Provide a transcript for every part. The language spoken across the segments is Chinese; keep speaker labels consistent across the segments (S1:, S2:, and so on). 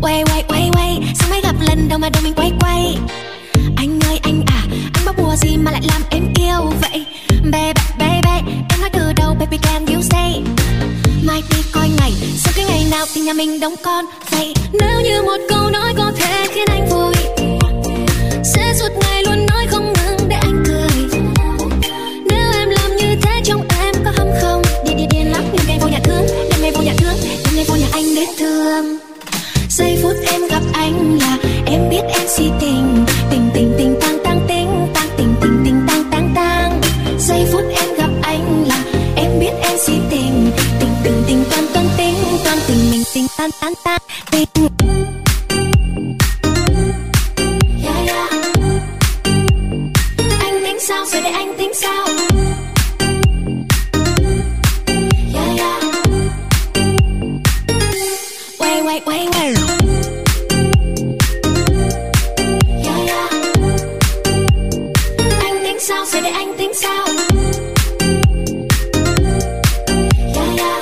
S1: Quay quay quay quay Sao mới gặp lần đầu mà đầu mình quay quay Anh ơi anh à Anh bắt bùa gì mà lại làm em yêu vậy Baby baby Em nói từ đầu baby can you say Mai đi coi ngày Sau cái ngày nào thì nhà mình đóng con vậy Nếu như một câu nói có thể khiến anh vui Sẽ suốt ngày luôn nói không ngừng để anh cười Nếu em làm như thế trong em có hâm không Đi đi điên lắm đêm nay vô nhà thương Đêm nay vô nhà thương Đêm nay vô nhà anh để thương giây phút em gặp anh là em biết em si tình tình tình tình tang tang tình tang tình tình tình tang tang tang giây phút em gặp anh là em biết em si tình tình tình tình tan tan tình tan tình mình tình tan tan tan tình yeah, yeah. anh tính sao giờ đây anh tính sao yeah, yeah. Wait, wait, wait, wait. Yeah, yeah. Anh tính sao? Giờ đây anh tính sao? Yeah, yeah.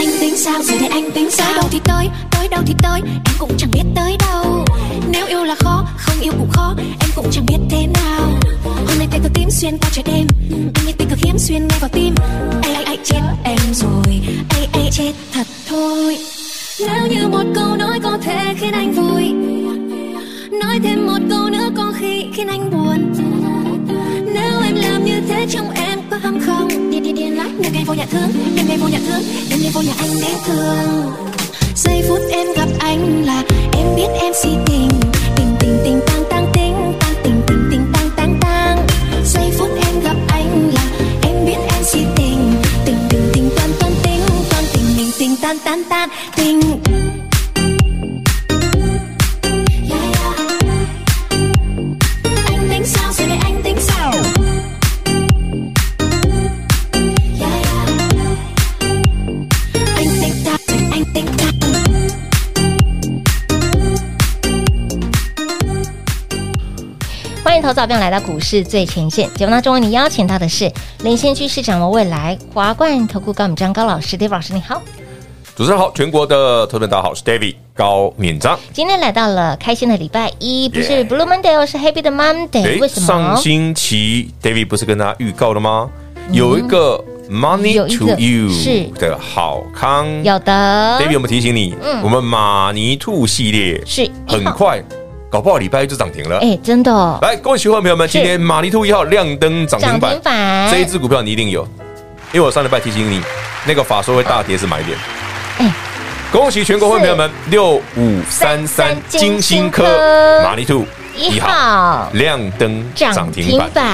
S1: Anh tính sao? Giờ đây anh tính sao? Tới đâu thì tới, tới đâu thì tới, em cũng chẳng biết tới đâu. Nếu yêu là khó, không yêu cũng khó, em cũng chẳng biết thế nào. Hôm nay tay tôi tím xuyên qua trời đêm, anh ấy tình cực hiếm xuyên ngay vào tim. Ai ai ai chết em rồi, ai ai chết thật thôi. Nếu như một câu nói có thể khiến anh vui, nói thêm một câu nữa có khi khiến anh buồn. Nếu em làm như thế trong em có hâm không Điên điên điên lách Đêm nay vô nhà thương Đêm nay vô nhà thương Đêm nay vô nhà anh để thương Giây phút em gặp anh là Em biết em si tình Tình tình tình tang tang tình Tang tình tình tình tang tang tang Giây phút em gặp anh là Em biết em si tình Tình tình tình tan tan tình Tan tình mình tình tan tan tan Tình Yeah yeah anh tính sao giờ đây anh tính sao Yeah, yeah. anh tính sao giờ đây anh tính sao
S2: 欢迎投资者朋友来到股市最前线节目当中，为你邀请到的是领先趋势、掌握未来华冠投顾高敏章高老师，David 老师你好。
S3: 主持人好，全国的投资人大家好，我是 David 高敏章。
S2: 今天来到了开心的礼拜一，不是
S3: Yeah
S2: Blue Monday，而是哦 Happy 的 Monday，
S3: 诶
S2: 哎为什
S3: 上
S2: 么？
S3: 星期 David 不是跟大家预告了吗？有一个 Money
S2: 嗯有一
S3: to
S2: 个
S3: You
S2: 是
S3: 的好康。
S2: 有的
S3: David 有没有提醒你？我们马尼兔系列
S2: 是
S3: 很
S2: 一号
S3: 快，搞不好礼拜一就涨停了。
S2: 哎，真的哦，
S3: 来，各位喜欢的朋友们，
S2: 是
S3: 今天马尼兔一号亮灯涨停
S2: 涨
S3: 板
S2: 停，板
S3: 这一只股票你一定有，因为我上礼拜提醒你，那个法说会大跌是买点。
S2: 哎
S3: 恭喜全国会员朋友们，六五三三金星科马尼兔
S2: 一号
S3: 亮灯
S2: 涨
S3: 涨停
S2: 停
S3: 板。
S2: 板，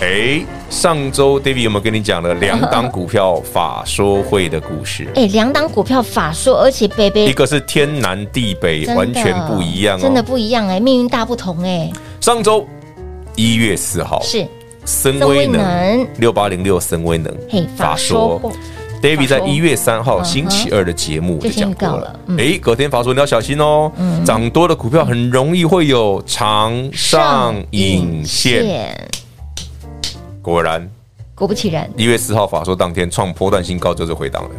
S3: 哎，上周 David 有没有跟你讲了两 档股票法说会的故事？
S2: 哎，两档股票法说，而且贝
S3: 一
S2: 贝
S3: 个是天南地北，
S2: 真的
S3: 完全不一样
S2: 真的
S3: 哦。
S2: 不一样哎，命运大不同哎，
S3: 上周一月四号
S2: 是
S3: 森威
S2: 森威
S3: 能
S2: 能
S3: 六八零六森威能
S2: 嘿法说会
S3: David 在
S2: 法说
S3: 一月三
S2: 嗯
S3: 号
S2: 哼
S3: 星期二的节目我就讲过了
S2: 就先预告了嗯。嗯
S3: 哎，隔天法说你要小心哦，涨多的股票很容易会有长上影线。，果然，
S2: 果不其然，
S3: 一月四号法说当天创波段新高就是回档了。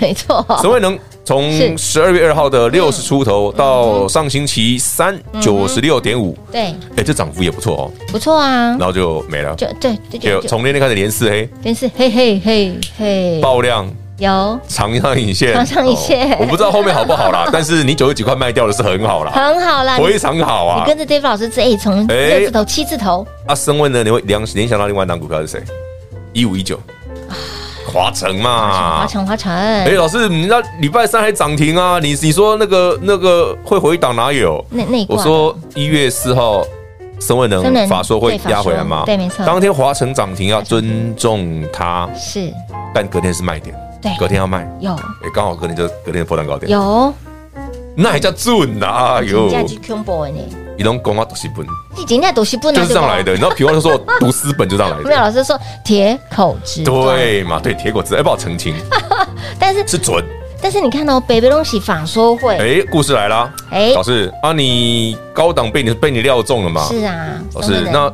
S2: 没错，
S3: 沈威能从
S2: 哎是
S3: 十二月二号的六十出头到上星期
S2: 嗯
S3: 三九十六点五，
S2: 对，
S3: 哎，这涨幅也不错哦，
S2: 不错啊
S3: 然，后就没了，
S2: 就对，对
S3: 就
S2: 就就
S3: 从那天开始连四黑
S2: 真是嘿嘿嘿嘿，
S3: 爆量。
S2: 有
S3: 长上影线，
S2: 长上影线
S3: 哦我不知道后面好不 好啦，但是你九十几块卖掉的是很好啦，
S2: 很好啦，你
S3: 非常好
S2: 你
S3: 啊。
S2: 跟着 Dave 老师这哎，从
S3: 哎
S2: 六字头七字头，
S3: 啊，升温呢，你会联联想到另外一档股票是谁？一五一九，华城
S2: 啊华
S3: 嘛。
S2: 晨华晨，
S3: 哎，老师，你那礼拜三还涨停啊？你你说那个那个会回档哪有？
S2: 那那一挂
S3: 我说一月四号深卫
S2: 深
S3: 能
S2: 能
S3: 法说会
S2: 对法
S3: 压回来
S2: 说
S3: 嘛？
S2: 对没错
S3: 当天华晨涨停要尊重它，
S2: 是
S3: 但隔天是卖点，
S2: 对
S3: 隔天要卖，
S2: 有
S3: 哎，刚好隔天就隔天波段高点，
S2: 有，
S3: 那还叫准呐？哎呦，
S2: 价值 combo 呢，
S3: 你拢讲我读四本，
S2: 你人家都是不能
S3: 就是这样来的。。你知道皮外就说我读私本就这样来
S2: 没有
S3: 的，
S2: 老师说铁口直断，
S3: 对嘛？对，铁果子，哎，帮我 澄清，
S2: 但是
S3: 是准。
S2: 但是你看到北北东西法说会，
S3: 哎，故事来啦，
S2: 哎
S3: 老师啊，你高档被你被你料中了嘛？
S2: 是啊，
S3: 老
S2: 真
S3: 师，
S2: 的
S3: 那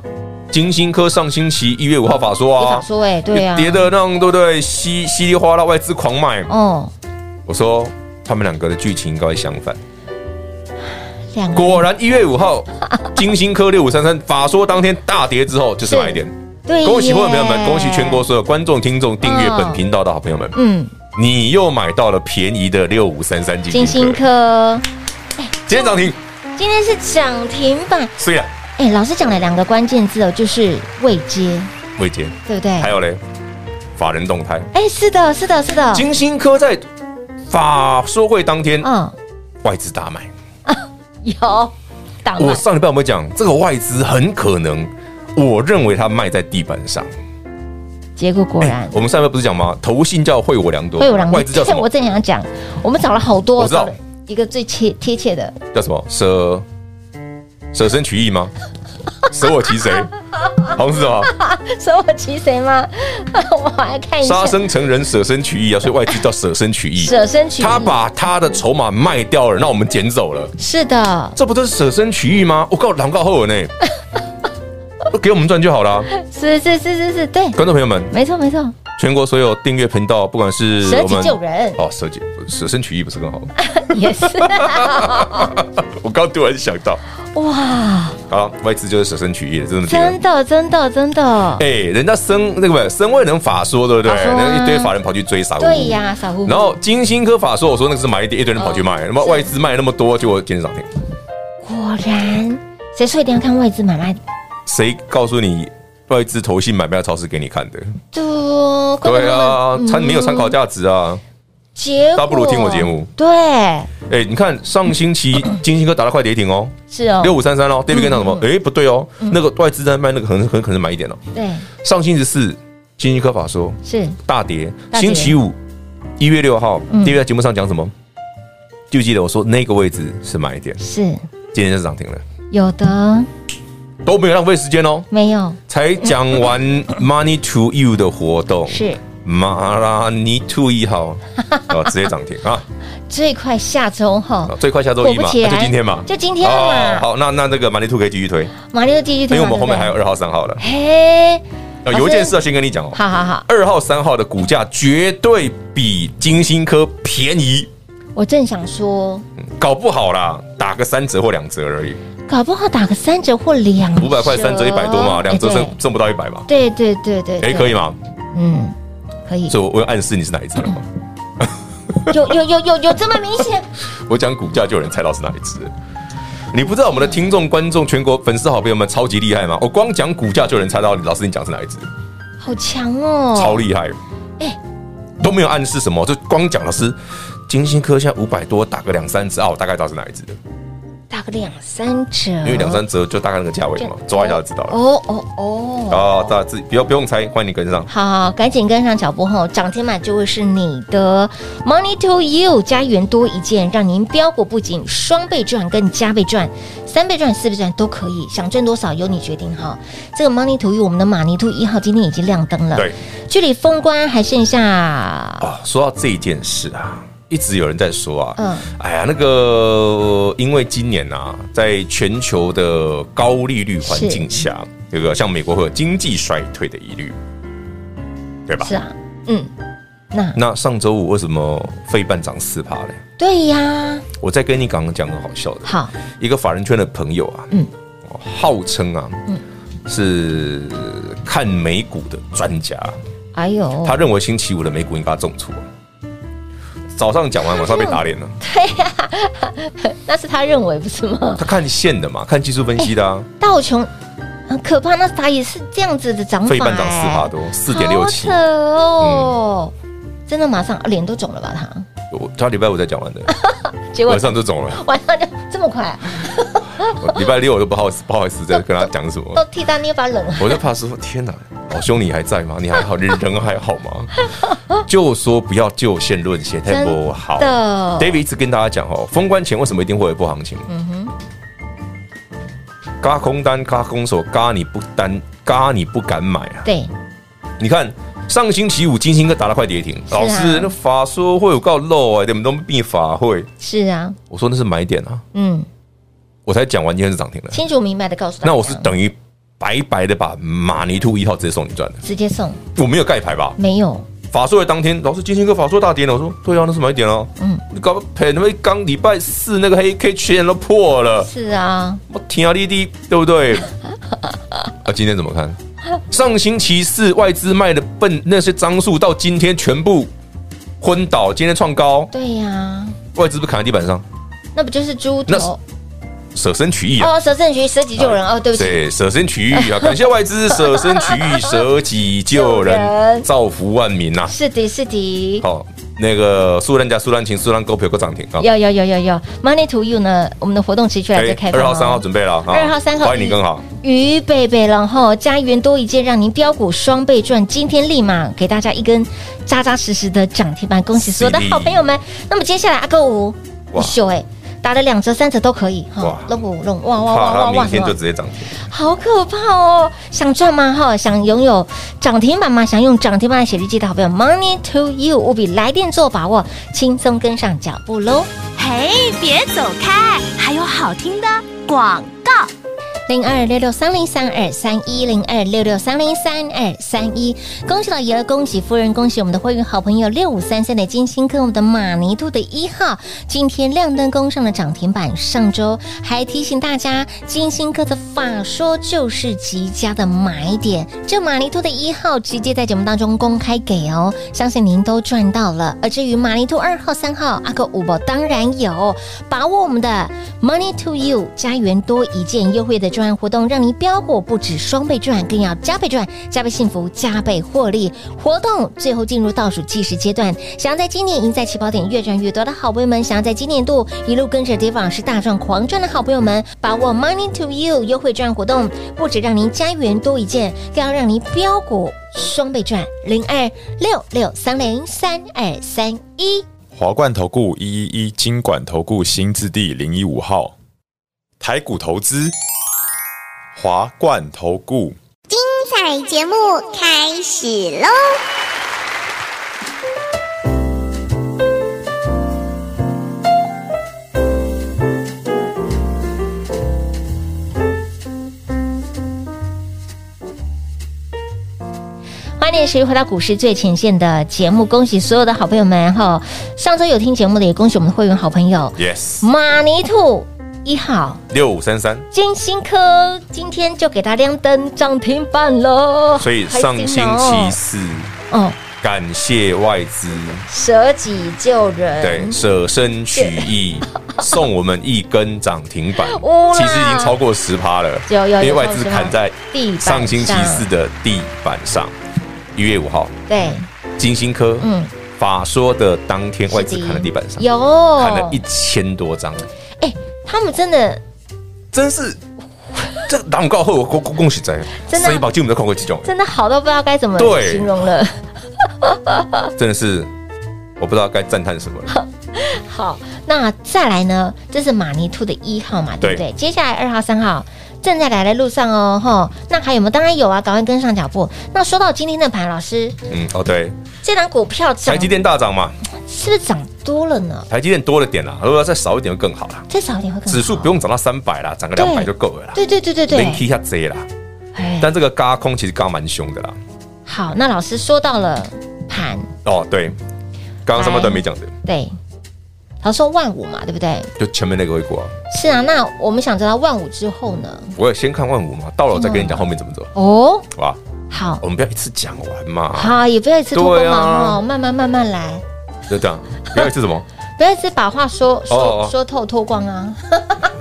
S3: 金星科上星期一月五号法说
S2: 铁法
S3: 啊，
S2: 说哎，对啊，
S3: 跌的那样对不对？稀稀里哗啦，外资狂买。
S2: 哦，
S3: 我说他们两个的剧情应该会相反。
S2: 两个
S3: 果然一月五 号，金星科六五三三法说当天大跌之后就是
S2: 是
S3: 买点。
S2: 对，
S3: 恭喜会员朋友们，恭喜全国。所有观众、听众、订阅
S2: 嗯
S3: 本频道的好朋友们，
S2: 嗯，
S3: 你又买到了便宜的六五三三金
S2: 金
S3: 星
S2: 星
S3: 科，
S2: 科
S3: 今天涨停，
S2: 今天是涨停板，
S3: 虽然
S2: 哎，老师讲了两个关键字哦，就是未接，
S3: 未接，
S2: 对不对？
S3: 还有嘞，法人动态，
S2: 哎，是的，是的，是的，
S3: 金星科在法说会当天
S2: 嗯，
S3: 外资大买。
S2: 有挡
S3: 我
S2: 板
S3: 上礼拜有没有讲，这个外资很可能，我认为它卖在地板上。
S2: 结果果然
S3: 我们上礼拜不是讲吗？投信叫惠我良多，
S2: 会有两个
S3: 哎外资叫什
S2: 我
S3: 么？
S2: 正想讲，我们找了好多，
S3: 我知
S2: 找
S3: 道
S2: 了一个最切贴切的，
S3: 叫什么？舍舍身取义 吗？舍我其谁？好像是吧？
S2: 舍我其谁吗？ 我来看一下
S3: 杀，生成人，舍身取义啊，所以外资叫舍身取义。
S2: 舍身取义
S3: 他把他的筹码卖掉了，让我们捡走了，
S2: 是的，
S3: 这不就是舍身取义吗？我告狼告后人呢， 给我们赚就好了啊。
S2: 是是是是是，对，
S3: 观众朋友们，
S2: 没错没错，
S3: 全国所有订阅频道，不管是
S2: 舍
S3: 我
S2: 己
S3: 们
S2: 救人
S3: 哦，舍己舍身取义不是更好吗？
S2: 也是
S3: 我刚突然想到，
S2: 哇，
S3: 好了，外资就是舍身取义的，真的觉
S2: 真
S3: 得。
S2: 的真的真的，
S3: 哎、人家生那个不是生未能法说，对不对？
S2: 法说啊
S3: 那一堆法人跑去追傻乎乎
S2: 对呀，傻乎乎
S3: 然后金星科法说，我说那个是买一点，一堆人跑去卖，那么外资卖那么多，结果今天涨停。
S2: 果然，谁说一定要看外资买卖？
S3: 谁告诉你外资投信买卖超市给你看的？
S2: 多
S3: 对啊，参没有参，
S2: 嗯
S3: 考
S2: 哦
S3: 价值啊。
S2: 结果
S3: 大不如听我节目。
S2: 对，
S3: 哎、你看上星期 金星科打到快跌停哦，
S2: 是哦，嗯
S3: 六五三三哦，David 跟上什么？哎、不对哦，那个外资在卖那个很很可能买一点哦。
S2: 对，
S3: 上星期四金星科法说
S2: 是
S3: 大跌，
S2: 大跌嗯
S3: 星期五一月六号、d a v i d 在节目上讲什么？记不记得我说那个位置是买点，
S2: 是
S3: 今天就是涨停了，
S2: 有的，
S3: 都没有浪费时间哦。
S2: 没有
S3: 才讲完 Money to You 的活动，
S2: 是
S3: 马拉尼 to 一号，哦，直接涨停啊！
S2: 最快下周哈
S3: 啊，最快下周
S2: 果
S3: 一
S2: 不
S3: 嘛，
S2: 其
S3: 那
S2: 然，
S3: 就今天嘛，哦
S2: 就今天了嘛。
S3: 好，那那那个马尼兔可以继续推，
S2: 马六第一
S3: 因
S2: 天
S3: 为
S2: 嘛，
S3: 我们后面还有
S2: 对
S3: 二号、三号了
S2: 不。对嘿，老
S3: 呃
S2: 师
S3: 有一件事要先跟你讲哦，
S2: 好好好，
S3: 二号、三号的股价绝对比金星科便宜，
S2: 我正想说，
S3: 搞不好啦，打个三折或两折而已，
S2: 搞不好打个三折或两
S3: 五百块三折一百多嘛，两折
S2: 哎
S3: 剩剩不到一百嘛，
S2: 对对对对
S3: 哎，
S2: 对，
S3: 可以，吗？
S2: 嗯，可以，
S3: 所以我我有暗示你是哪一只了吗？
S2: 有有有有有这么明显？
S3: 我讲股价就有人猜到是哪一只。你不知道我们的听众、观众、全国粉丝、好朋友们超级厉害吗？我光讲股价就有人猜到你，老师你讲是哪一只，
S2: 好强哦，
S3: 超厉害。
S2: 哎
S3: 都没有暗示什么，就光讲老师，金星科现在五百多，打个两三折啊，我大概知道是哪一只，
S2: 打个两三折，因
S3: 因为两三折就大概那个价位嘛，抓一下就知道了。
S2: 哦哦哦，
S3: 啊，大家自己不要不用猜，欢迎你跟上。
S2: 好，赶紧跟上脚步后，涨停板就会是你的。Money to you 加元多一件，让您标股不仅双倍赚，更加倍赚、三倍赚、四倍赚都可以，想赚多少由你决定哈。这个 Money to you，我们的马尼兔一号今天已经亮灯了，
S3: 对，
S2: 距离封关还剩下
S3: 啊，说到这件事啊，一直有人在说啊，
S2: 嗯
S3: 哎呀，那个因为今年啊，在全球的高利率环境下，这个像美国会有经济衰退的疑虑，对吧？
S2: 是啊，嗯，那
S3: 那上周五为什么费半涨四趴嘞？
S2: 对呀，
S3: 我再跟你刚刚讲个好笑的，
S2: 好，
S3: 一个法人圈的朋友啊，
S2: 嗯
S3: 号称啊，是看美股的专家，
S2: 哎呦，
S3: 他认为星期五的美股应该重挫。早上讲完，晚
S2: 哦
S3: 上被打脸了。
S2: 那是他认为不是吗？
S3: 他看线的嘛，看技术分析的啊，
S2: 道琼很可怕，那它也是这样子的涨法、
S3: 费
S2: 哎
S3: 半涨四趴多，四点六七
S2: 好
S3: 嗯
S2: 扯。哦！真的马上啊脸都肿了吧？他
S3: 我他礼拜五才讲完的，
S2: 结果
S3: 晚上就走了。
S2: 晚上就这么快，
S3: 我礼拜六我都不好意思，不好意思在跟他讲什么
S2: 都，替他捏把冷汗。
S3: 我就怕说天哪，老兄你还在吗？你还好，人人还好吗？ 就说不要就线论线，太不好。
S2: 真的
S3: David 一直跟大家讲哦，封关前为什么一定会有一波行情？嗯哼，嘎空单、嘎空手、嘎你不单、嘎你不敢买啊！
S2: 对，
S3: 你看上星期五金星哥打得快跌停，
S2: 啊
S3: 老师那法说会有告漏啊，你们都避法会，
S2: 是啊，
S3: 我说那是买点啊，
S2: 嗯，
S3: 我才讲完今天是涨停的，
S2: 清楚明白的告诉大家。
S3: 那我是等于白白的把马尼兔一号直接送你赚的，
S2: 直接送，
S3: 我没有盖牌吧？
S2: 没有，
S3: 法说的当天，老师金星哥法说大跌了，我说对啊，那是买点哦。
S2: 嗯
S3: 嗯，你搞赔，那么刚礼拜四那个黑 K 全都破了，
S2: 是啊，
S3: 我天啊，滴滴，对不对？ 啊，今天怎么看？上星期四外资卖的笨那些张数，到今天全部昏倒，今天创高，
S2: 对呀、
S3: 外资不砍在地板上，
S2: 那不就是猪
S3: 那
S2: 头？
S3: 舍身取义啊！
S2: 哦，蛇阵局舍己救人哦，对不起，
S3: 对，舍身取义啊！感谢 外资舍身取义，舍己救
S2: 救人
S3: 人，造福万民呐、啊！
S2: 是的，是的。
S3: 好、那个苏兰加苏兰琴苏兰狗票有个涨停啊！哎
S2: 有有有有有，Money to You 呢？我们的活动持续来啊在开放、哦
S3: 二号、三号准备了，啊
S2: 二号三号
S3: 欢迎你更好。
S2: 鱼贝贝，然后家园多一件，让您标股双倍赚。今天立马给大家一根扎扎实实的涨停板，恭喜所有的好朋友们。那么接下来阿哥五
S3: 哇
S2: 一秀哎，打了两折、三折都可以哈
S3: 哇，
S2: 龙五龙哇哇哇
S3: 怕
S2: 哇
S3: 他
S2: 哇
S3: 明天
S2: 哇
S3: 就直接涨停，
S2: 好可怕哦！想赚吗？哈，想拥有涨停板吗？想用涨停板来写日记的好朋友，Money to you，务必来电做把握，轻松跟上脚步喽。
S4: 嘿，别走开，还有好听的广告。
S2: 零二六六三零三二三一零二六六三零三二三一，恭喜老爷儿，恭喜夫人，恭喜我们的会员好朋友六五三三的金星跟我们的马尼兔的一号，今天亮灯攻上了涨停板。上周还提醒大家，金星科的法说就是极佳的买点，这马尼兔的一号直接在节目当中公开给哦，相信您都赚到了。而至于马尼兔二号、三号，阿哥五宝当然有，把握我们的 Money to You 家园多一件优惠的专案活动，让您标股不止双倍赚，更要加倍赚，加倍幸福，加倍获利。活动最后进入倒数计时阶段，想要在今年赢在起跑点越赚越多的好朋友们，想要在今年度一路跟着跌老师大赚狂赚的好朋友们，把握 Money to You 优惠专案活动，不止让您家园多一件，更要让您标股双倍赚。零二六六三零三二三一。
S5: 华冠投顾一一一金管投顾新字第零一五号，台股投资，华冠投顾。
S6: 彩节目开始喽！
S2: 欢迎持续回到股市最前线的节目，恭喜所有的好朋友们哈！上周有听节目的，也恭喜我们的会员好朋友
S3: Yes，
S2: 马尼兔一号
S3: 六五三三。
S2: 金星科，今天就给它亮灯涨停板喽！
S3: 所以上星期四，
S2: 哦，
S3: 感谢外资，
S2: 舍己救人，
S3: 对，，舍身取 义，送我们一根涨停板
S2: 哇，
S3: 其实已经超过十趴了，
S2: 有有有
S3: 因为外
S2: 超
S3: 资
S2: 过10%
S3: 砍在
S2: 地板
S3: 上星期
S2: 上
S3: 四的地板上，一月五号，
S2: 对，
S3: 金星科，
S2: 嗯
S3: 嗯，法说的当天，外资
S2: 是的
S3: 砍在地板上，
S2: 有
S3: 砍了一千多张，
S2: 哎、他们真的
S3: 真是。这广告后，我恭恭恭喜在，
S2: 真的啊
S3: 谁把金我们的广告几种？
S2: 真的好到不知道该怎么
S3: 对
S2: 形容了。
S3: 真的是我不知道该赞叹什么了。
S2: 哦好，那再来呢？这是马尼兔的一号嘛，对不对？接下来二号、三号正在来的路上哦，吼。那还有没有？当然有啊，赶快跟上脚步。那说到今天的盘，老师，
S3: 嗯，哦对，
S2: 这档股票涨
S3: 台积电大涨嘛，
S2: 是不是涨多了呢？
S3: 台积电多了点啦，如果要再少一点就更好啦。
S2: 再早一点会更好
S3: 指数不。用涨到三百啦，涨个
S2: 对
S3: 两百就够了啦。
S2: 对对对嗯对
S3: 零 K
S2: 对。
S3: 下贼啦，
S2: 哎
S3: 但这个嘎空其实嘎蛮凶的啦。
S2: 好，那老师说到了盘，
S3: 哦，对，刚刚上半段没讲的，
S2: 对，老师说万五嘛，对不对？
S3: 就前面那个回国啊，
S2: 是啊，那我们想知道万五之后呢？
S3: 我也先看万五嘛，到了我再跟你讲后面怎么走，
S2: 哦，
S3: 好吧？
S2: 好，
S3: 我们不要一次讲完嘛，
S2: 好，也不要一次脱光
S3: 对啊
S2: 忙哦，慢慢慢慢来。
S3: 就这样，不要一次什么
S2: 不要一直把话说
S3: 哦
S2: 说
S3: 哦
S2: 说透脱光 啊，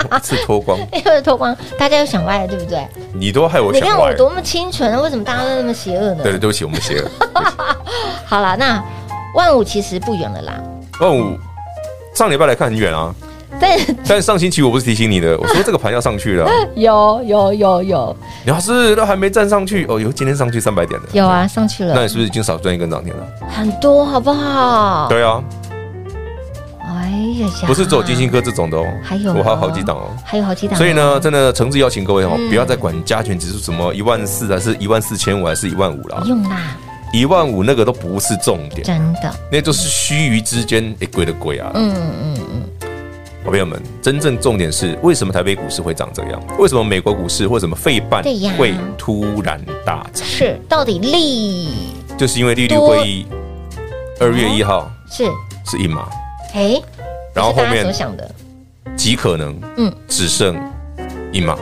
S3: 一次脱光，
S2: 因为脱光大家又想歪了，对不对？
S3: 你都害我
S2: 你
S3: 想
S2: 看我
S3: 歪。
S2: 多么清纯啊，为什么大家都那么邪恶呢？
S3: 对对，对不起，我们邪恶。
S2: 好了，那万五其实不远了啦，
S3: 万五上礼拜来看很远啊，
S2: 但
S3: 但上星期我不是提醒你的，我说这个盘要上去了啊，
S2: 有有有有
S3: 你要是都还没站上去，哦哟，今天上去三百点的，
S2: 有啊，上去
S3: 那你
S2: 了
S3: 是不是已经少赚一根涨停了？
S2: 很多，好不好？
S3: 对啊，
S2: 哎呀呀，
S3: 不是只有金星哥这种的哦，
S2: 还有啊
S3: 我还有好几档哦。
S2: 还有好几档，
S3: 所以呢，真的诚挚邀请各位哦，
S2: 嗯
S3: 不要再管加权指数什么一万四还是一万四千五还是一万五啦
S2: 不，用啦，
S3: 一万五那个都不是重点，
S2: 真的，
S3: 那就是须臾之间哎鬼的鬼啊！
S2: 嗯嗯嗯，
S3: 好朋友们，真正重点是为什么台北股市会长这样？为什么美国股市或什么费半
S2: 对呀
S3: 会突然大涨？
S2: 嗯是到底利
S3: 就是因为利率会议二月一号
S2: 是
S3: 是一码，
S2: 哎，
S3: 然后
S2: 这是大
S3: 后
S2: 家所
S3: 面
S2: 想的，
S3: 极可能
S2: 嗯
S3: 只剩一码。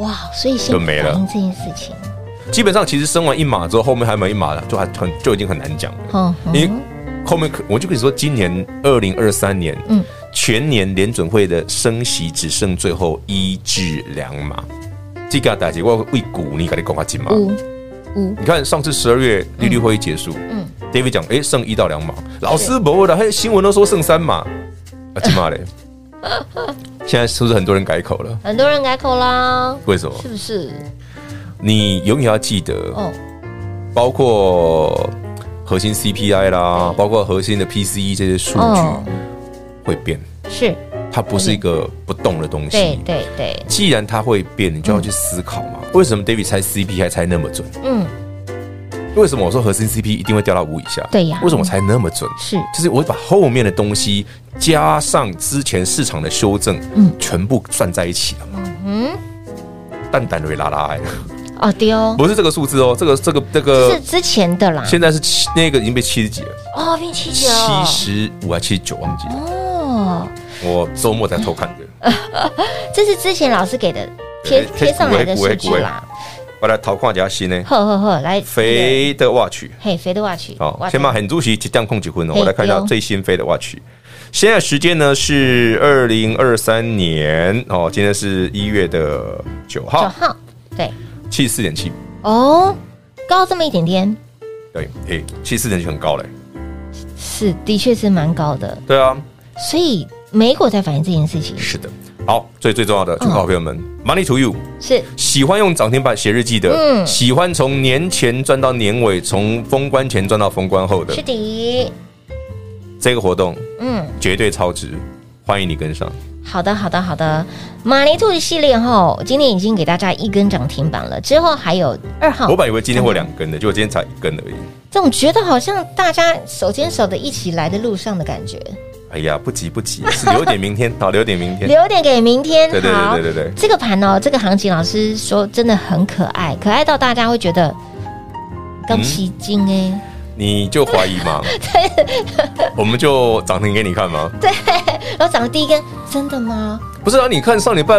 S2: 哇，所以先
S3: 就没了
S2: 反映这件事情，
S3: 基本上其实升完一码之后，后面还没有一码了，就还很就已经很难讲了。
S2: 嗯
S3: 你
S2: 嗯，
S3: 后面可我就跟你说，今年二零二三年，
S2: 嗯
S3: 全年联准会的升息只剩最后一至两码。这个大姐，我为股你赶紧讲下几码？
S2: 五
S3: 你看上次十二月利率会议结束，
S2: 嗯
S3: d a v i d 讲，哎，剩一到两码。老师不会的，还有新闻都说剩三码，啊，几码嘞？ 现在是不是很多人改口了？
S2: 很多人改口啦，
S3: 为什么？
S2: 是不是？
S3: 你永远要记得，
S2: 哦，
S3: 包括核心 CPI 啦，包括核心的 PCE 这些数
S2: 哦
S3: 据会变，
S2: 是，
S3: 它不是一个不动的
S2: 对
S3: 东
S2: 嗯
S3: 西。
S2: 对对，
S3: 既然它会变，你就要去思考嘛，为什么 David 猜 CPI 猜那么准？
S2: 嗯，
S3: 为什么我说核心 CP 一定会掉到五以下？
S2: 对呀
S3: 为什么我猜那么准？
S2: 是
S3: 就是我会把后面的东西加上之前市场的修正，嗯，全部算在一起了嘛。
S2: 嗯，
S3: 蛋蛋瑞拉拉哎，
S2: 哦丢、
S3: 不是这个数字哦，这个这个这
S2: 这
S3: 个
S2: 是，之前的啦，
S3: 现在是七那个已经被七十几了。
S2: 哦变七九，
S3: 七十五还七十九，忘记了。
S2: 哦，
S3: 我周末才偷看的，
S2: 这是之前老师给的贴
S3: 对
S2: 贴上来的
S3: 古
S2: 数
S3: 威
S2: 据
S3: 古威
S2: 啦。
S3: 我来淘看一下新呢。
S2: 呵呵呵，来
S3: 飞的 watch，
S2: 嘿肥的 watch，
S3: 好，
S2: 哇
S3: 先把很主席即将控制分哦。
S2: 嘿
S3: 我来看一下
S2: 对哦
S3: 最新飞的 watch。现在时间呢是二零二三年哦，今天是一月的九
S2: 九
S3: 号，
S2: 号，对
S3: 七十四点七，
S2: 哦，高这么一点点，
S3: 对，诶，哎七十四点七很高嘞。
S2: 是的确是蛮高的，
S3: 对啊，
S2: 所以美股在反映这件事情，
S3: 是的。好，最最重要的，全国好朋友们，Money
S2: 嗯
S3: to you，
S2: 是
S3: 喜欢用涨停板写日记的，
S2: 嗯
S3: 喜欢从年前赚到年尾，从封关前赚到封关后的
S2: 是，的，
S3: 这个活动
S2: 嗯。
S3: 绝对超值，欢迎你跟上。
S2: 好的，好的，好的。马尼兔系列哈，今天已经给大家一根涨停板了，之后还有二号
S3: 我。本来以为今天会有两根的，结果今天才一根而已。
S2: 总觉得好像大家手牵手的一起来的路上的感觉。
S3: 哎呀，不急不急， 是留点明天，好，留点明天。
S2: 留点给明天。
S3: 对对对
S2: 好
S3: 对对对
S2: 这个盘哦，这个行情，老师说真的很可爱，可爱到大家会觉得刚吸睛
S3: 嗯
S2: 哎。
S3: 你就怀疑 吗？ 我们就涨停给你看吗？
S2: 然后涨第一根，真的吗？
S3: 不是啊，你看上礼拜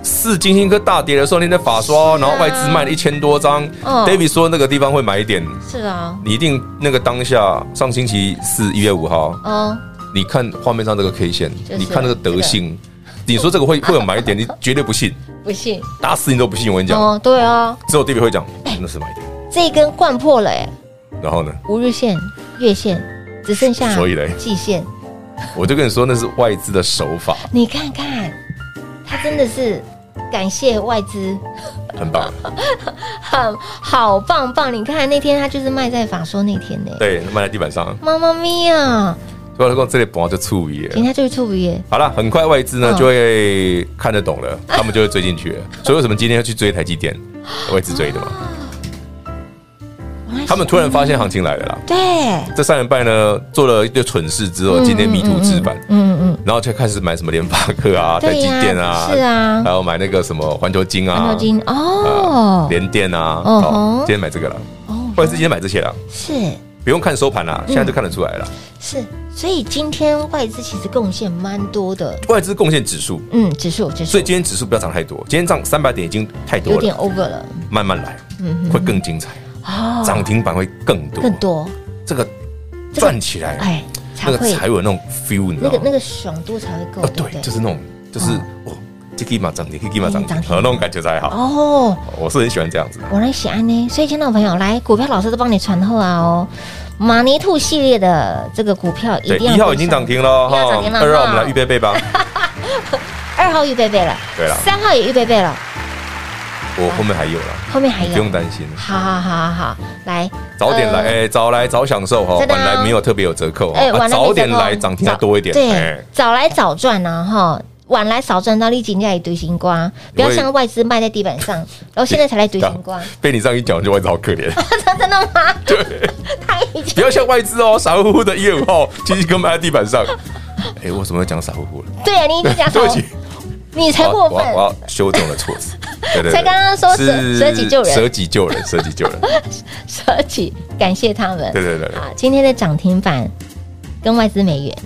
S3: 四金星科大跌的时候，那天法刷，然后外资卖了一千多张。
S2: 啊哦
S3: David 说那个地方会买一点，
S2: 是啊，
S3: 你一定那个当下上星期四一月五号，
S2: 哦，
S3: 你看画面上这个 K 线，
S2: 就是
S3: 你看那个
S2: 这
S3: 德
S2: 个
S3: 性，你说这个会会有买点，你绝对不信，
S2: 不信
S3: 打死你都不信。我跟你讲，
S2: 哦，对啊，
S3: 只有 David 会讲那是买点。
S2: 这一根灌破了哎，
S3: 然后呢，
S2: 五日线、月线只剩下
S3: 所以嘞
S2: 季线，
S3: 我就跟你说那是外资的手法，
S2: 你看看，它真的是感谢外资，
S3: 很棒。
S2: 很好棒棒。你看那天它就是卖在法说那天呢，
S3: 对，卖在地板上，
S2: 妈妈咪呀，
S3: 所以我说这类本来就触笔
S2: 人家就是特别
S3: 好了，很快外资呢
S2: 嗯
S3: 就会看得懂了，他们就会追 进去了。所以为什么今天要去追台积电？外资追的嘛，
S2: 哦
S3: 他们突然发现行情来了啦。
S2: 对。
S3: 这上礼拜呢做了一堆蠢事之后，今天迷途知返，
S2: 嗯嗯，
S3: 然后就开始买什么联发科啊、台
S2: 对
S3: 积
S2: 呀
S3: 电啊，
S2: 是啊
S3: 还有买那个什么环球金
S2: 嗯，
S3: 啊
S2: 环球、金哦，
S3: 联电啊，
S2: 嗯
S3: 哦
S2: 哼，
S3: 今天买这个了，
S2: 哦嗯
S3: 外资今天买这些了，
S2: 是
S3: 不用看收盘啦，现在就看得出来了。
S2: 是，所以今天外资其实贡献蛮多的，
S3: 外资贡献指数，
S2: 嗯，指数指数
S3: 所以今天指数不要涨太多，今天涨三百点已经太多
S2: 有点
S3: 了，
S2: over 了，
S3: 慢慢来，
S2: 嗯
S3: 会更精彩，
S2: 哦，
S3: 涨停板会更多，
S2: 更多，
S3: 这个
S2: 这个
S3: 转起来，
S2: 哎，才
S3: 那个
S2: 会
S3: 才有那种 feel，你知
S2: 那
S3: 道
S2: 个
S3: 吗
S2: 那？个爽度才会够，
S3: 哦，
S2: 对不
S3: 对，
S2: 对？嗯
S3: 就是那种，就是哦，这个嘛涨停，这个嘛涨停
S2: 嗯涨，停
S3: 哦那种感觉才好。
S2: 哦，
S3: 我是很喜欢这样子的，
S2: 我来喜安呢，所以听众朋友来，股票老师都帮你传后啊哦，马尼兔系列的这个股票一
S3: 对，
S2: 定要
S3: 一号已经涨停了
S2: 一号涨停了
S3: 二
S2: 哈
S3: 号我们来预备备吧。
S2: 二号预备备了，
S3: 对了
S2: 三号也预备备了，
S3: 我后面还有啦，
S2: 后面还
S3: 你
S2: 有，
S3: 不用担心，
S2: 好好好好好，来，
S3: 早点来，
S2: 呃
S3: 哎，早来早享受哈，
S2: 真
S3: 晚
S2: 的啊
S3: 来没有特别有折扣哦，
S2: 哎，
S3: 啊
S2: 晚来没
S3: 早点
S2: 折扣
S3: 来涨停要多一点，
S2: 对
S3: 哎，，
S2: 早来早赚呐哈。晚来少赚到立即人家也堆金瓜，不要像外资卖在地板上，然后现在才来堆金瓜，
S3: 被你这样一讲，就外资好可怜，
S2: 真的吗？对， 他已经
S3: 不要像外资哦，傻乎乎的一月五号，金鸡哥卖在地板上。 哎，我怎么又讲傻乎乎了？
S2: 对啊，你已经讲
S3: 对
S2: 说
S3: 不起，
S2: 你才过
S3: 我要我
S2: 分，
S3: 要修正了措 辞。对对对
S2: 才刚刚说
S3: 是
S2: 舍舍己救人
S3: 舍己 救人，舍己救人。
S2: 舍己感谢他们。
S3: 对对对，对
S2: 啊，今天的涨停板跟外资美元，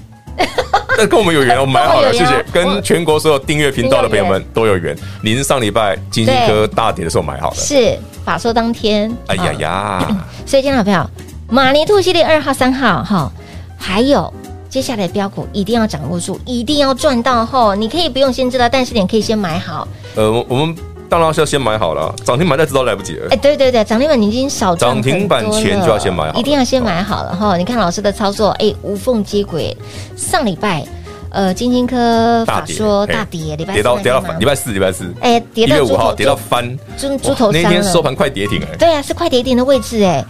S3: 那跟我们有缘哦，我们买好了，
S2: 跟我
S3: 谢
S2: 有
S3: 谢
S2: 缘。
S3: 跟全国所有订阅频道的朋友们都有缘。您上礼拜金鸡哥大跌的时候买好了，
S2: 是法说当天。
S3: 哎呀
S2: 啊
S3: 呀，
S2: 所以，亲爱的朋友，马尼兔系列二号、三号哈，还有接下来的标股一定要掌握住，一定要赚到哈。你可以不用先知道，但是你可以先买好。
S3: 呃，我我们当然是要先买好了，涨停买再知道来不及了
S2: 哎、。对对对，涨停板你已经少赚
S3: 涨停板
S2: 很多了
S3: 前就要先买好
S2: 一定要先买好了哈。你看老师的操作，哎，无缝接轨。上礼拜，呃，金金科
S3: 大
S2: 法
S3: 跌
S2: 说
S3: 哎
S2: 大跌，礼拜
S3: 跌到
S2: 四那
S3: 跌到
S2: 天
S3: 反
S2: 嘛
S3: 礼拜四，礼拜四，
S2: 哎，
S3: 一
S2: 跌到
S3: 月
S2: 猪
S3: 五号
S2: 头
S3: 跌到翻，
S2: 猪猪
S3: 哇
S2: 头
S3: 那
S2: 山
S3: 天收
S2: 了。
S3: 盘快跌停 哎。
S2: 对啊，是快跌停的位置哎。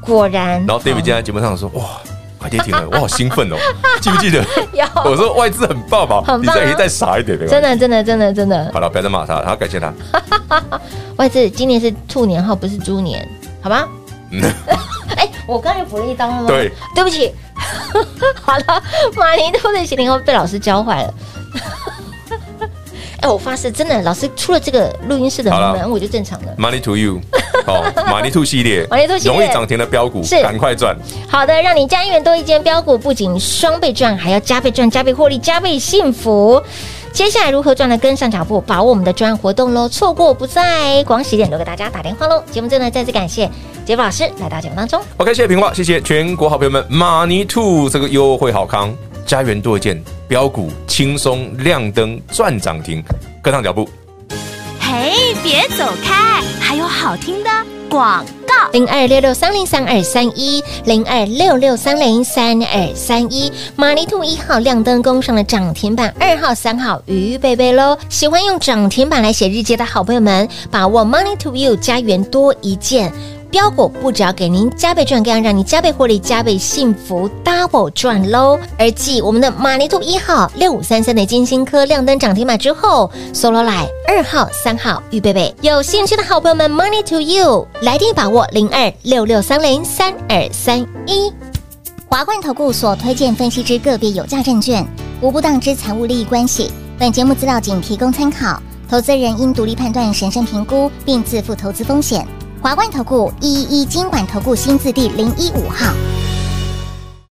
S2: 果然，
S3: 然后 David 今天在节目上说，哇。快跌 停了，我好兴奋哦！记不记得？
S2: 有
S3: 我说外资很棒吧？
S2: 很棒啊
S3: 你再可以再傻一点，没关
S2: 真的
S3: 系
S2: 真的真的真的，
S3: 好了，不要再骂他了，好，感谢他。
S2: 外资今年是兔年哈，不是猪年，好吧？ 哎、我刚才补了一刀了吗？
S3: 嗯对，
S2: 对不起。 好了，马尼兔的行李后被老师教坏了。 哎、我发誓，真的，老师出了这个录音室的
S3: 好了
S2: 门，我就正常了。
S3: Money to you，哦，马尼兔 系列，
S2: 马尼兔系列
S3: 容易涨停的标股，
S2: 是
S3: 赶快赚。
S2: 好的，让你家一元多一间标股，不仅双倍赚，还要加倍赚、加倍获利、加倍幸福。接下来如何赚的跟上脚步，把握我们的专案活动喽！错过不再，广喜点都给大家打电话喽！节目真的再次感谢杰夫老师来到节目当中。
S3: OK，谢谢平话，谢谢全国好朋友们，马尼兔这个优惠好康，家园多一件标股轻松亮灯赚涨停，跟上脚步。
S4: 嘿，别走开，还有好听的广告。
S2: 零二六六三零三二三一，零二六六三零三二三一。马尼兔一号亮灯攻上了涨停板，二号、三号鱼贝贝喽。喜欢用涨停板来写日记的好朋友们，把握 Money to You 家园多一件。标股不只要给您加倍赚，更要让你加倍获利、加倍幸福，double 赚喽！而继我们的马尼兔一号六五三三的金星科亮灯涨停板之后，Solo 来二号、三号预备备，有兴趣的好朋友们，Money to you，来电把握零二六六三零三二三一。
S6: 华冠投顾所推荐分析之个别有价证券，无不当之财务利益关系。本节目资料仅提供参考，投资人应独立判断、审慎评估，并自负投资风险。华冠投顾一一一金管投顾新字第零一五号。